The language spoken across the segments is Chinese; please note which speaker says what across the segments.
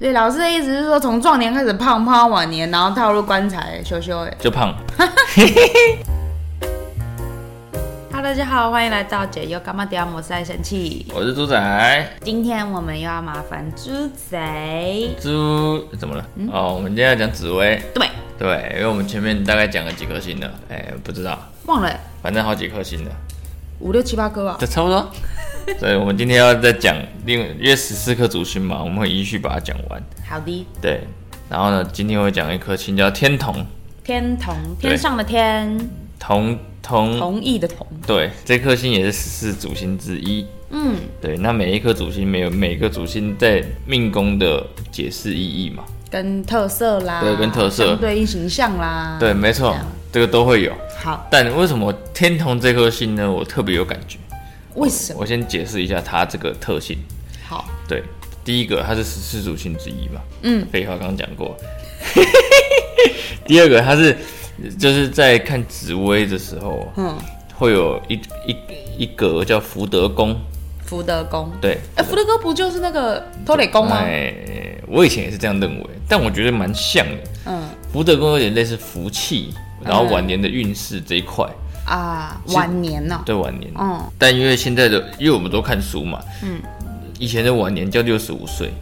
Speaker 1: 对，老师的意思是说，从壮年开始胖，胖到晚年，然后踏入棺材，羞羞哎。
Speaker 2: 就胖。
Speaker 1: 哈喽，大家好，欢迎来到解忧干嘛迪亚摩赛神器。
Speaker 2: 我是猪仔，
Speaker 1: 今天我们又要麻烦猪仔，
Speaker 2: 猪怎么了？
Speaker 1: 嗯
Speaker 2: 哦，我们今天要讲紫薇，
Speaker 1: 对，
Speaker 2: 对，因为我们前面大概讲了几颗星了，哎、不知道，
Speaker 1: 忘了
Speaker 2: 反正好几颗星了，
Speaker 1: 五六七八啊颗吧。
Speaker 2: 这差不多。所以我们今天要再讲另因为十四颗主星嘛，我们会依序把它讲完。
Speaker 1: 好的，
Speaker 2: 对，然后呢，今天会讲一颗星叫天同，
Speaker 1: 天同，
Speaker 2: 对
Speaker 1: 天上的天，
Speaker 2: 同同，
Speaker 1: 同意的同。
Speaker 2: 对，这颗星也是十四主星之一。
Speaker 1: 嗯，
Speaker 2: 对，那每一颗主星没有每个主星在命宫的解释意义嘛？
Speaker 1: 跟特色啦，
Speaker 2: 对跟特色
Speaker 1: 相对应形象啦。，
Speaker 2: 对，没错
Speaker 1: 嗯这样，
Speaker 2: 这个都会有。
Speaker 1: 好，
Speaker 2: 但为什么天同这颗星呢？我特别有感觉。
Speaker 1: 为什么？
Speaker 2: 我先解释一下它这个特性。
Speaker 1: 好，
Speaker 2: 对，第一个它是十四主星之一嘛，
Speaker 1: 嗯，
Speaker 2: 废话刚刚讲过。 第二个它是就是在看紫薇的时候，
Speaker 1: 嗯，
Speaker 2: 会有一一一格叫福德宫，
Speaker 1: 福德宫。
Speaker 2: 对，
Speaker 1: 哎、福德宫不就是那个偷雷宫吗？
Speaker 2: 哎，我以前也是这样认为，但我觉得蛮像的。
Speaker 1: 嗯
Speaker 2: 福德宫有点类似福气，然后晚年的运势这一块，
Speaker 1: 啊，
Speaker 2: 是
Speaker 1: 晚年呢、
Speaker 2: 对晚年。
Speaker 1: 嗯，
Speaker 2: 但因为现在的，因为我们都看书嘛，嗯，以前的晚年叫六十五岁，啊，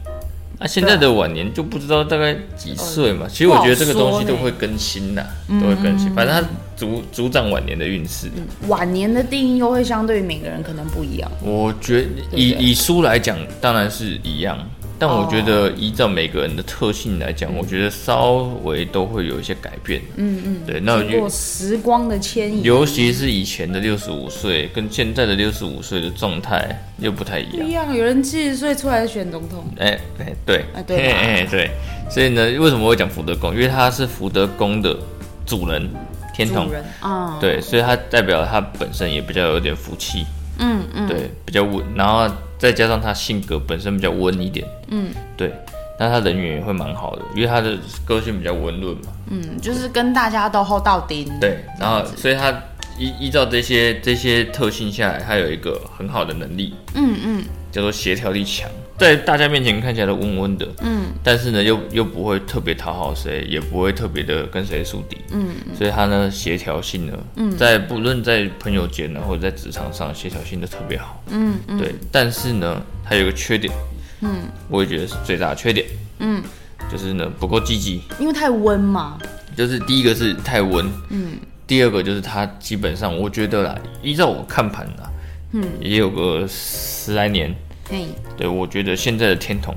Speaker 2: 哦现在的晚年就不知道大概几岁嘛。其实我觉得这个东西都会更新呐，都会更新。反正它主主掌晚年的运势。
Speaker 1: 晚年的定义又会相对于每个人可能不一样。
Speaker 2: 我觉以以书来讲，当然是一样，但我觉得依照每个人的特性来讲，我觉得稍微都会有一些改变。嗯嗯，对，那我
Speaker 1: 经
Speaker 2: 觉
Speaker 1: 过时光的迁移，
Speaker 2: 尤其是以前的六十五岁跟现在的六十五岁的状态又不太一
Speaker 1: 不
Speaker 2: 样
Speaker 1: 一。样，有人七十岁出来选总统，
Speaker 2: 哎、哎对，
Speaker 1: 啊对吧
Speaker 2: 哎、哎对，所以呢，为什么我会讲福德宫？因为他是福德宫的主人天同
Speaker 1: 主，人啊，
Speaker 2: 对，所以它代表他本身也比较有点福气，
Speaker 1: 嗯嗯，
Speaker 2: 对，比较稳，然后再加上他性格本身比较温一点，嗯，对，那他人缘也会蛮好的，因为他的个性比较温润嘛，
Speaker 1: 嗯，就是跟大家都厚到底。
Speaker 2: 对，然后所以他依依照这些这些特性下来，他有一个很好的能力，
Speaker 1: 嗯嗯，
Speaker 2: 叫做协调力强，在大家面前看起来都温温的，嗯，但是呢又又不会特别讨好谁，也不会特别的跟谁树敌，嗯，所以他呢协调性呢，嗯，在不论在朋友间呢或者在职场上协调性都特别好，嗯对，但是呢他有个缺点，嗯，我也觉得是最大的缺点，嗯，就是呢不够积极，
Speaker 1: 因为太温嘛，
Speaker 2: 就是第一个是太温，嗯，第二个就是他基本上我觉得啦，依照我看盘啦，嗯，也有个十来年。
Speaker 1: 嘿，
Speaker 2: 对，我觉得现在的天童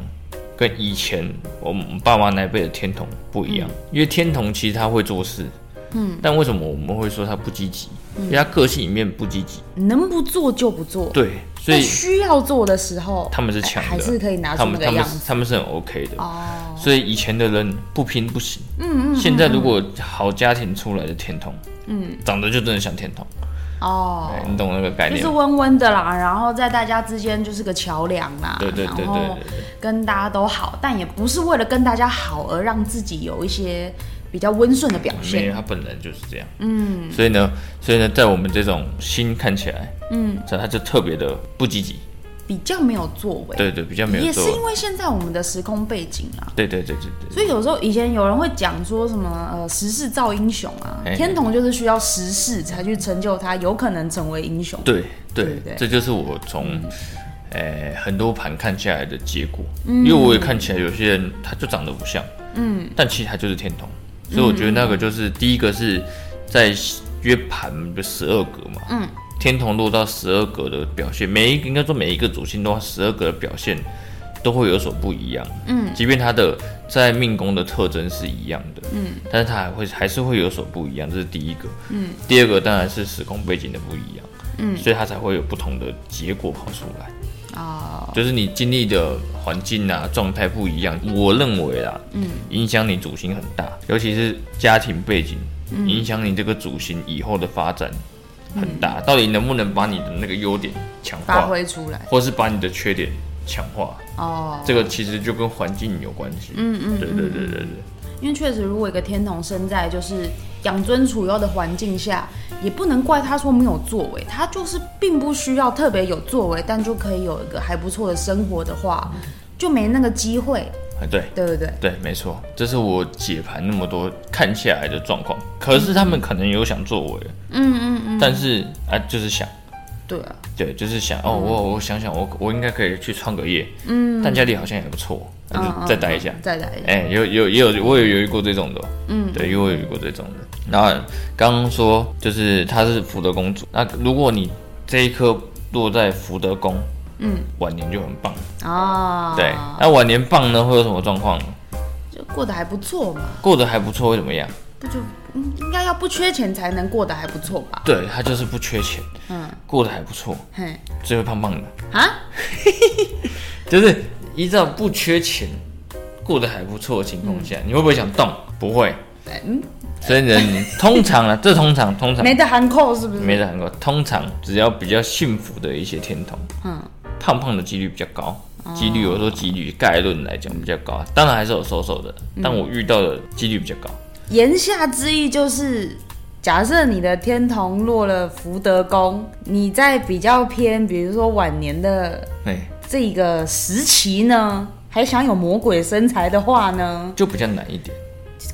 Speaker 2: 跟以前我们爸妈那一辈的天童不一样，因为天童其实他会做事，嗯，但为什么我们会说他不积极？因为他个性里面不积极，
Speaker 1: 能不做就不做，
Speaker 2: 对，所
Speaker 1: 在
Speaker 2: 以
Speaker 1: 需要做的时候，
Speaker 2: 他们是强的，
Speaker 1: 还是可以拿出
Speaker 2: 他
Speaker 1: 那
Speaker 2: 们
Speaker 1: 个
Speaker 2: 他
Speaker 1: 样
Speaker 2: 们
Speaker 1: 子
Speaker 2: 他们是很 OK 的，
Speaker 1: 哦，
Speaker 2: 所以以前的人不拼不行，嗯嗯现在如果好家庭出来的天童，嗯，长得就真的像天童，
Speaker 1: 哦。
Speaker 2: 哎你懂那个概
Speaker 1: 就
Speaker 2: 念
Speaker 1: 是
Speaker 2: 吗？
Speaker 1: 温温的啦，然后在大家之间就是个桥梁啦，
Speaker 2: 对对对对
Speaker 1: 然后
Speaker 2: 对对
Speaker 1: 跟大家都好，但也不是为了跟大家好而让自己有一些比较温顺的表
Speaker 2: 没有，
Speaker 1: 现。
Speaker 2: 他本人就是这样。嗯，所以呢，所以呢，在我们这种心看起来，嗯，所以他就特别的不积极，
Speaker 1: 比较没有作为，
Speaker 2: 对对，比较没有
Speaker 1: 也是
Speaker 2: 作
Speaker 1: 因
Speaker 2: 为，
Speaker 1: 为现在我们的时空背景啊，
Speaker 2: 对对对对对，
Speaker 1: 所以有时候以前有人会讲说什么呃时势造英雄啊，
Speaker 2: 哎
Speaker 1: 天童就是需要时势才去成就他有可能成为英雄。
Speaker 2: 对对
Speaker 1: 对对
Speaker 2: 这就是我从，诶、很多盘看下来的结果，因为我也看起来有些人他就长得不像，嗯，但其实他就是天童，所以我觉得那个就是、第一个是在约盘的十二格嘛，嗯。天童落到十二格的表现，每一个应该说每一个主星都十二格的表现都会有所不一样。嗯，即便它的在命宫的特征是一样的，嗯，但是它还会还是会有所不一样，这是第一个。嗯，第二个当然是时空背景的不一样，嗯，所以它才会有不同的结果跑出来。
Speaker 1: 啊、
Speaker 2: 就是你经历的环境啊、状态不一样，我认为啦，嗯，影响你主心很大，尤其是家庭背景，影响你这个主心以后的发展很大。到底能不能把你的那个优点强
Speaker 1: 发
Speaker 2: 化，
Speaker 1: 挥出来
Speaker 2: 或是把你的缺点强化？
Speaker 1: 哦。
Speaker 2: 这个其实就跟环境有关系。嗯嗯，对对对对对，
Speaker 1: 因为确实，如果一个天童生在就是养尊处优的环境下，也不能怪他说没有作为，他就是并不需要特别有作为，但就可以有一个还不错的生活的话，就没那个机会，
Speaker 2: 哎，对
Speaker 1: 对不对？
Speaker 2: 对，没错，这是我解盘那么多看下来的状况。可是他们可能有想作为，嗯嗯嗯，但是啊，就是想，
Speaker 1: 对啊，
Speaker 2: 对，就是想哦，我我想想，我我应该可以去创个业，嗯，但家里好像也不错，那
Speaker 1: 嗯
Speaker 2: 就
Speaker 1: 嗯
Speaker 2: 再待一下
Speaker 1: 嗯。再来一下，
Speaker 2: 哎、有有也有，我有犹豫过这种的，嗯，对，因为我有犹豫过这种的。然后刚刚说就是她是福德公主，那如果你这一颗落在福德宫，嗯，晚年就很棒，
Speaker 1: 啊，
Speaker 2: 对。那晚年棒呢会有什么状况呢？
Speaker 1: 就过得还不错嘛，
Speaker 2: 过得还不错会怎么样？
Speaker 1: 不就嗯应该要不缺钱才能过得还不错吧？
Speaker 2: 对他就是不缺钱，
Speaker 1: 嗯，
Speaker 2: 过得还不错，
Speaker 1: 嘿，
Speaker 2: 最会胖胖的，
Speaker 1: 啊，
Speaker 2: 就是依照不缺钱，过得还不错的情况下，你会不会想动？不会，
Speaker 1: 嗯，
Speaker 2: 所 以人通常啊，这通常通常
Speaker 1: 没得含扣是不是？
Speaker 2: 没得很高，通常只要比较幸福的一些天童，
Speaker 1: 嗯，哦
Speaker 2: 胖胖的几率比较高。几率，我说几率概论来讲比较高，当然还是有瘦瘦的，
Speaker 1: 嗯
Speaker 2: 但我遇到的几率比较高。
Speaker 1: 言下之意就是，假设你的天童落了福德宫，你在比较偏，比如说晚年的
Speaker 2: 哎，
Speaker 1: 这个时期呢，还想有魔鬼身材的话呢，
Speaker 2: 就比较难一点。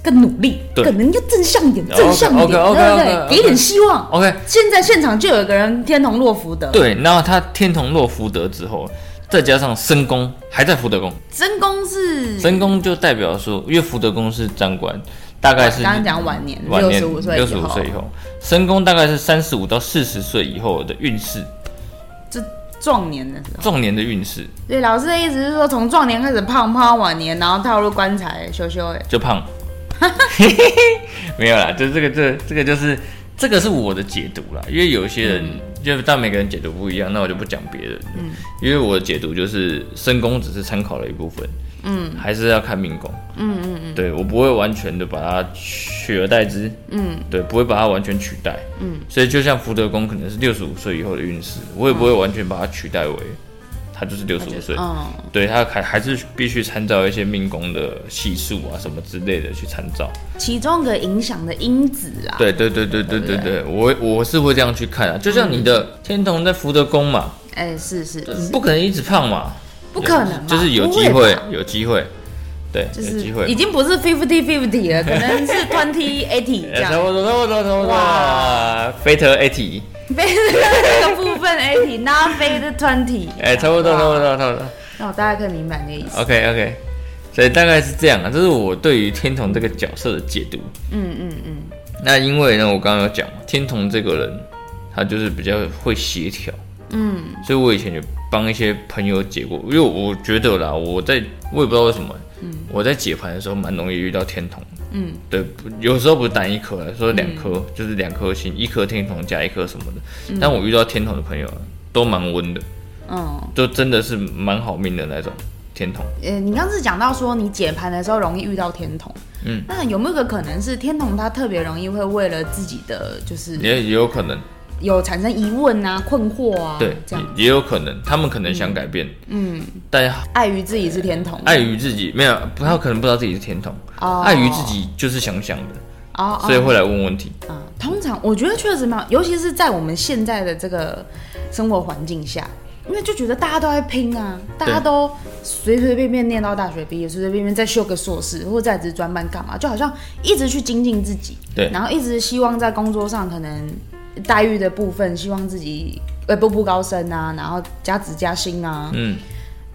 Speaker 1: 更努力，
Speaker 2: 对
Speaker 1: 可能要正向一点，正向一点，对不
Speaker 2: OK，OK，OK，
Speaker 1: 对？
Speaker 2: OK，OK，
Speaker 1: 给一点希望。
Speaker 2: OK，
Speaker 1: 现在现场就有一个人天童落福德，
Speaker 2: 对，然后他天同落福德之后，再加上申宫还在福德宫，
Speaker 1: 真宫是
Speaker 2: 申宫就代表说，因为福德宫是掌管，大概是
Speaker 1: 刚刚讲晚年
Speaker 2: 晚年
Speaker 1: 65岁以
Speaker 2: 六十五
Speaker 1: 后
Speaker 2: 岁以后，申宫大概是三十五到四十岁以后的运势，
Speaker 1: 这壮年的时候。
Speaker 2: 壮年的运势
Speaker 1: 对，老师的意思是说，从壮年开始胖，胖到晚年，然后踏入棺材，羞羞哎。
Speaker 2: 就 胖，没有啦，就这个这这个就是这个是我的解读啦，因为有些人、就但每个人解读不一样，那我就不讲别人，嗯，因为我的解读就是申宫只是参考了一部分，嗯，还是要看命宫，嗯嗯嗯，对我不会完全的把它取而代之，嗯，对，不会把它完全取代，嗯，所以就像福德宫可能是六十五岁以后的运势，我也不会完全把它取代为。嗯它就是六十五岁，
Speaker 1: 嗯，
Speaker 2: 对他还还是必须参照一些命宫的系数啊什么之类的去参照。
Speaker 1: 其中一个影响的因子啊啦。
Speaker 2: 对对对对对对对，我我是会这样去看啊。就像你的天同在福德宫嘛，
Speaker 1: 哎，是是，
Speaker 2: 不可能一直胖嘛，
Speaker 1: 不可能嘛，
Speaker 2: 就是有
Speaker 1: 不
Speaker 2: 机
Speaker 1: 会
Speaker 2: 会
Speaker 1: 吧，
Speaker 2: 有机会，对，
Speaker 1: 就
Speaker 2: 有
Speaker 1: 是
Speaker 2: 机会
Speaker 1: 已。经不是 fifty fifty 了，可能是 twenty eighty 这
Speaker 2: 哎差
Speaker 1: 样，
Speaker 2: 不多，差不多，差不多。
Speaker 1: 哇
Speaker 2: f a t e r eighty，
Speaker 1: 非这个部分 eighty，那非是 twenty。
Speaker 2: 哎，差不多，
Speaker 1: 哇
Speaker 2: 差不多，差不多。
Speaker 1: 那我大概可以明白那个意思。
Speaker 2: OK OK，所以大概是这样啊，这是我对于天童这个角色的解读。嗯嗯嗯。那因为呢，我刚刚有讲嘛天童这个人，他就是比较会协调。嗯。所以我以前就帮一些朋友解过，因为我觉得啦，我在我也不知道为什么，我在解盘的时候蛮容易遇到天童。嗯。对，不有时候不是单一颗啦，说两颗、就是两颗星，一颗天童加一颗什么的。但我遇到天童的朋友啊都蛮温的，
Speaker 1: 嗯，
Speaker 2: 都真的是蛮好命的那种天童。
Speaker 1: 呃，你刚是讲到说你解盘的时候容易遇到天童，
Speaker 2: 嗯，
Speaker 1: 那有没有个可能是天童他特别容易会为了自己的就是
Speaker 2: 也也有可能，
Speaker 1: 有产生疑问啊、困惑啊，
Speaker 2: 对，
Speaker 1: 这样
Speaker 2: 也也有可能，他们可能想改变，哦嗯，但
Speaker 1: 碍于自己是天童，
Speaker 2: 碍于自己没有，不他可能不知道自己是天童，
Speaker 1: 哦
Speaker 2: 哎碍于自己就是想想的，
Speaker 1: 哦哦
Speaker 2: 所以会来问问题。
Speaker 1: 啊，通常我觉得确实嘛，尤其是在我们现在的这个生活环境下，因为就觉得大家都在拼啊，大家都随随便便念到大学毕业，随随便便再修个硕士或者在职专班干嘛，就好像一直去精进自己，
Speaker 2: 对
Speaker 1: 然后一直希望在工作上可能待遇的部分，希望自己呃步步高升啊，然后加职加薪啊，
Speaker 2: 嗯，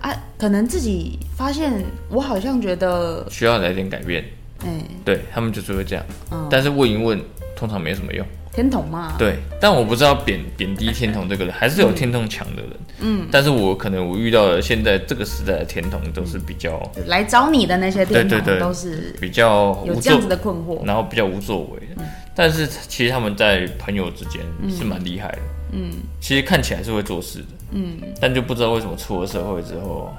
Speaker 1: 啊，可能自己发现我好像觉得，
Speaker 2: 需要来点改变，
Speaker 1: 哎、
Speaker 2: 对他们就是会这样，
Speaker 1: 嗯
Speaker 2: 但是问一问通常没什么用，
Speaker 1: 天童嘛，
Speaker 2: 对，但我不知道贬贬低天童这个人，还是有天童强的人，嗯，但是我可能我遇到的现在这个时代的天童都是比较
Speaker 1: 来找你的那些天
Speaker 2: 对
Speaker 1: 童
Speaker 2: 对对
Speaker 1: 都是。
Speaker 2: 比较
Speaker 1: 有
Speaker 2: 无
Speaker 1: 这样
Speaker 2: 作
Speaker 1: 子的困惑，
Speaker 2: 然后比较无作为的。但是其实他们在朋友之间是蛮厉害的，嗯，其实看起来是会做事的，嗯，但就不知道为什么出了社会之后，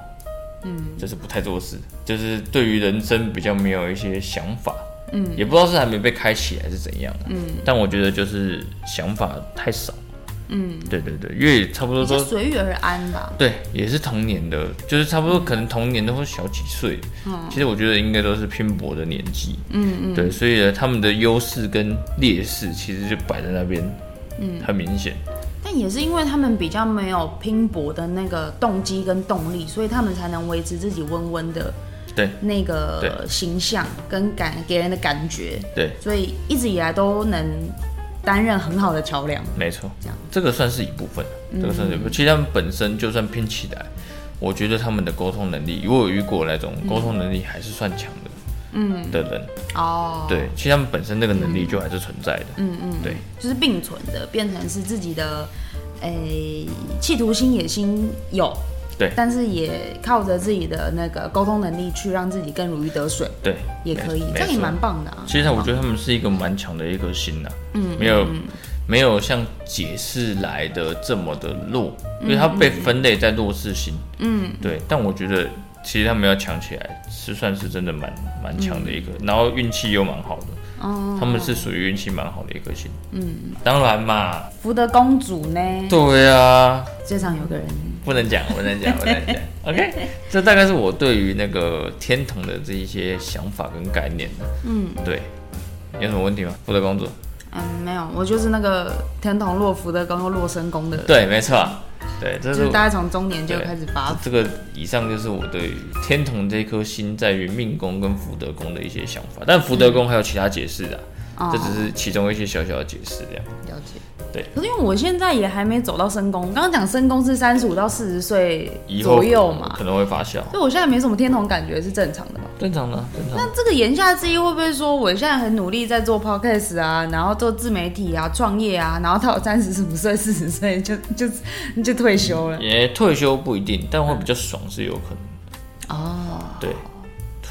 Speaker 2: 嗯，就是不太做事，就是对于人生比较没有一些想法，嗯，也不知道是还没被开启还是怎样、嗯，但我觉得就是想法太少，嗯，对对对，因为差不多
Speaker 1: 比较
Speaker 2: 都
Speaker 1: 随遇而安吧。
Speaker 2: 对，也是童年的，就是差不多可能童年都会小几岁。其实我觉得应该都是拼搏的年纪。嗯嗯。对，所以呢，他们的优势跟劣势其实就摆在那边，嗯，很明显。
Speaker 1: 但也是因为他们比较没有拼搏的那个动机跟动力，所以他们才能维持自己温温的
Speaker 2: 对
Speaker 1: 那
Speaker 2: 对
Speaker 1: 个形象跟感给人的感觉，
Speaker 2: 对，
Speaker 1: 所以一直以来都能担任很好的桥梁。
Speaker 2: 没错
Speaker 1: 这样，
Speaker 2: 这嗯个算是一部分，这个算是一部分。其实他们本身就算拼起来，我觉得他们的沟通能力，我有遇过那种沟通能力还是算强的，嗯，的人，
Speaker 1: 哦，，
Speaker 2: 对，其实他们本身那个能力就还是存在的，嗯嗯，对，
Speaker 1: 就是并存的，变成是自己的，诶、企图心、野心有，
Speaker 2: 对
Speaker 1: 但是也靠着自己的那个沟通能力去让自己更如鱼得水，
Speaker 2: 对，
Speaker 1: 也可以，这样也
Speaker 2: 错
Speaker 1: 蛮棒的啊。
Speaker 2: 其实我觉得他们是一个蛮强的一颗心呐、嗯，没有没有像解释来的这么的弱，因为它被分类在弱势心，嗯，对。但我觉得其实他们要强起来，是算是真的蛮蛮强的一个，然后运气又蛮好的，嗯哦，他们是属于运气蛮好的一颗心，嗯，当然嘛，
Speaker 1: 福德公主呢，
Speaker 2: 对啊，
Speaker 1: 最常有个人
Speaker 2: 不能讲，不能讲，不能 讲。OK，这大概是我对于那个天童的这一些想法跟概念嗯，对，有什么问题吗？福德公主？
Speaker 1: 嗯，没有，我就是那个天童落福德宫又落身宫的，，
Speaker 2: 对，没错，对，
Speaker 1: 就
Speaker 2: 这
Speaker 1: 是是
Speaker 2: 我
Speaker 1: 大概从中年就开始发
Speaker 2: 这个以上就是我对于天童这颗星在于命宫跟福德宫的一些想法，但福德宫还有其他解释的、啊
Speaker 1: 哦
Speaker 2: 这只是其中一些小小的解释，这样。
Speaker 1: 了解。
Speaker 2: 对，
Speaker 1: 可是因为我现在也还没走到身宫，刚刚讲身宫是三十五到四十岁
Speaker 2: 以后
Speaker 1: 左右嘛，
Speaker 2: 可能会发酵，啊
Speaker 1: 所以我现在没什么天童感觉是正常的吧？
Speaker 2: 正常的，正常
Speaker 1: 那这个言下之意会不会说，我现在很努力在做 podcast 啊，然后做自媒体啊，创业啊，然后到三十五岁、四十岁就就就退休了
Speaker 2: 的。？也退休不一定，但会比较爽是有可能。
Speaker 1: 哦，
Speaker 2: 对，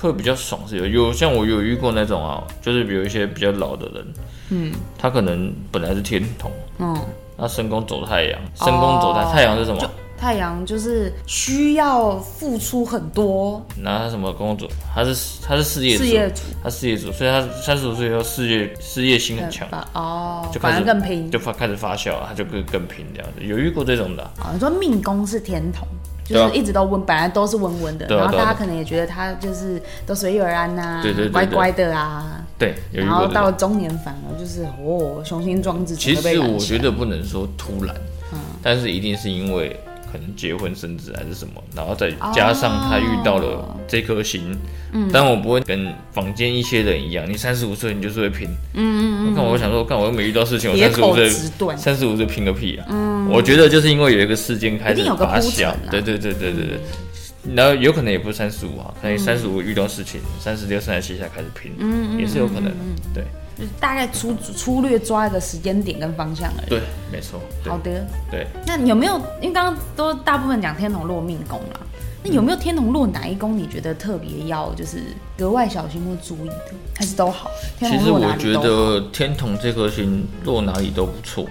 Speaker 2: 会比较爽是有有像我有遇过那种啊，就是有一些比较老的人，嗯，他可能本来是天童，
Speaker 1: 嗯，
Speaker 2: 那申宫走太阳，申宫走太、
Speaker 1: 哦
Speaker 2: 太阳是什么？
Speaker 1: 太阳就是需要付出很多
Speaker 2: 拿他什么公主？他是他是事业主，
Speaker 1: 事业主
Speaker 2: 他事业主，所以他三十五岁以后事业事业心很
Speaker 1: 的
Speaker 2: 强，
Speaker 1: 吧？哦，
Speaker 2: 就开
Speaker 1: 反
Speaker 2: 始
Speaker 1: 而更拼。
Speaker 2: 就发开始发酵啊，他就更更拼这样子。有遇过这种的啊、
Speaker 1: 哦，你说命宫是天同，
Speaker 2: 对啊
Speaker 1: 就是一直都温，本来都是温温的，
Speaker 2: 对啊
Speaker 1: 然后
Speaker 2: 对啊
Speaker 1: 大家
Speaker 2: 对啊
Speaker 1: 可能也觉得他就是都随遇而安呐、
Speaker 2: 对对对对
Speaker 1: 乖乖的啊。
Speaker 2: 对，有遇
Speaker 1: 然
Speaker 2: 过
Speaker 1: 后
Speaker 2: 这
Speaker 1: 到
Speaker 2: 种。
Speaker 1: 了中年反而就是哦，雄心壮志全
Speaker 2: 其
Speaker 1: 都被
Speaker 2: 实
Speaker 1: 燃
Speaker 2: 我
Speaker 1: 起
Speaker 2: 觉
Speaker 1: 来
Speaker 2: 得不能说突然，
Speaker 1: 嗯
Speaker 2: 但是一定是因为可能结婚生子还是什么，然后再
Speaker 1: 哦
Speaker 2: 加上他遇到了这颗星。嗯，但我不会跟坊间一些人一样，你三十五岁你就是会拼。嗯嗯嗯。看我想说，看我又没遇到事情，我
Speaker 1: 铁
Speaker 2: 三十五
Speaker 1: 口
Speaker 2: 岁
Speaker 1: 直断。嗯
Speaker 2: 三十五岁拼个屁啊！我觉得就是因为有一个事件开
Speaker 1: 一
Speaker 2: 始
Speaker 1: 定有个
Speaker 2: 发
Speaker 1: 铺
Speaker 2: 酵
Speaker 1: 陈啊，
Speaker 2: 对对对对对对。然后有可能也不是三十五
Speaker 1: 嗯
Speaker 2: 啊，可能三十五遇到事情，三十六、三十七才开始拼，
Speaker 1: 嗯
Speaker 2: 也是有可能的。对
Speaker 1: 就是大概粗粗略抓一个时间点跟方向而已。
Speaker 2: 对，没错，对
Speaker 1: 好的，
Speaker 2: 对。
Speaker 1: 那有没有？因为刚刚都大部分讲天同落命宫啦，那有没有天同落哪一宫？你觉得特别要就是格外小心或注意的，还是都好？天
Speaker 2: 其
Speaker 1: 同
Speaker 2: 实
Speaker 1: 落
Speaker 2: 我
Speaker 1: 哪里
Speaker 2: 觉
Speaker 1: 都好
Speaker 2: 得天童这颗星落哪里都不错，
Speaker 1: 就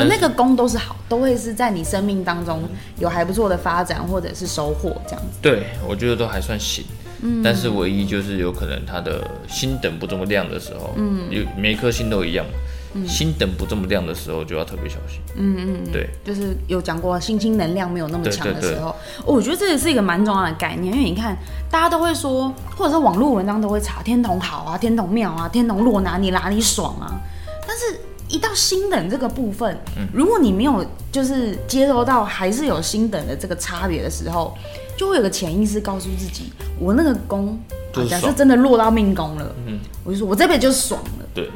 Speaker 2: 但
Speaker 1: 那个宫都是好，都会是在你生命当中有还不错的发展或者是收获这样子。
Speaker 2: 对我觉得都还算行。但是唯一就是有可能它的星等不这么亮的时候，嗯，有每一颗星都一样，星等不这么亮的时候就要特别小心。嗯嗯，对。
Speaker 1: 就是有讲过，新兴能量没有那么
Speaker 2: 对
Speaker 1: 强
Speaker 2: 对
Speaker 1: 的
Speaker 2: 对
Speaker 1: 时候，哦我觉得这也是一个蛮重要的概念，因为你看，大家都会说，或者是网络文章都会查天童好啊，天童妙啊，天童落哪里哪里爽啊，但是。一到星等这个部分，
Speaker 2: 嗯
Speaker 1: 如果你没有就是接收到还是有星等的这个差别的时候，就会有个潜意识告诉自己，我那个宫，
Speaker 2: 就
Speaker 1: 啊
Speaker 2: 是
Speaker 1: 假设
Speaker 2: 爽嗯
Speaker 1: 真的落到命宫了，我就说我这辈子就爽了。
Speaker 2: 对，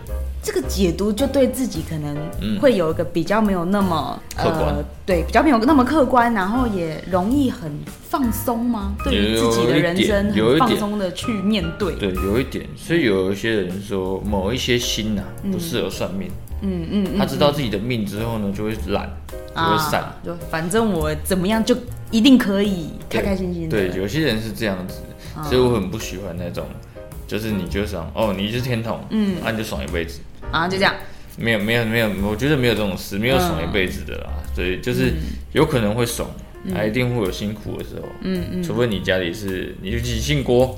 Speaker 1: 这个解读就对自己可能会有一个比较没有那么、
Speaker 2: 嗯客观
Speaker 1: 呃，对，比较没有那么客观，然后也容易很放松吗？对于自己的人生
Speaker 2: 有
Speaker 1: 很
Speaker 2: 一点
Speaker 1: 放松的去面对。
Speaker 2: 对，有一点，所以有一些人说某一些星呐、不适合算命。嗯嗯，他知道自己的命之后呢，就会懒，就会散。
Speaker 1: 啊，就反正我怎么样就一定可以
Speaker 2: 对
Speaker 1: 开开心心的。
Speaker 2: 对，有些人嗯是这样子，所以我很不喜欢那种，就是你就想哦，你就是天童，嗯，那、你就爽一辈子。
Speaker 1: 啊，就这样。
Speaker 2: 没有没有没有，我觉得没有这种事，没有爽一辈子的啦。所以就是有可能会爽，还一定会有辛苦的时候。嗯嗯，除非你家里是你就你姓郭，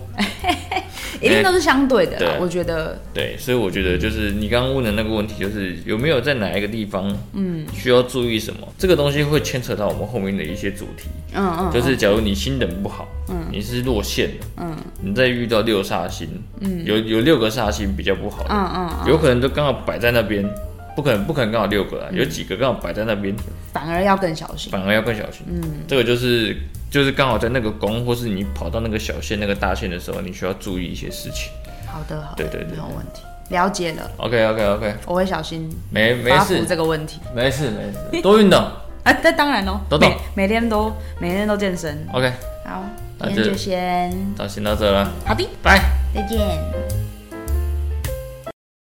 Speaker 1: 一定都是相对的啦，
Speaker 2: 哎对
Speaker 1: 我觉得
Speaker 2: 对，所以我觉得就是你刚刚问的那个问题，就是有没有在哪一个地方，嗯，需要注意什么？这个东西会牵扯到我们后面的一些主题，
Speaker 1: 嗯嗯，
Speaker 2: 就是假如你心等不好，嗯，你是落陷的，嗯，你再遇到六煞星，嗯，有有六个煞星比较不好的，
Speaker 1: 嗯嗯，
Speaker 2: 有可能都刚好摆在那边，不可能不可能刚好
Speaker 1: 嗯
Speaker 2: 六个啊，有几个刚好摆在那边，
Speaker 1: 反而要更小心。
Speaker 2: 反而要更小心，嗯，这个就是就是刚好在那个宫，或是你跑到那个小县、那个大县的时候，你需要注意一些事情。
Speaker 1: 好的，好的，
Speaker 2: 对对对
Speaker 1: 没有问题，了解了，
Speaker 2: OK OK OK，
Speaker 1: 我会小心
Speaker 2: 没没
Speaker 1: 发
Speaker 2: 事
Speaker 1: 布这个问题。
Speaker 2: 没事没 事，多运动。
Speaker 1: 啊，那当然喽，
Speaker 2: 都懂
Speaker 1: 每每天都每天都健身。
Speaker 2: OK，
Speaker 1: 好，
Speaker 2: 那
Speaker 1: 今天
Speaker 2: 就
Speaker 1: 就先
Speaker 2: 那先到这了，
Speaker 1: 好的，
Speaker 2: 拜。
Speaker 1: 再见。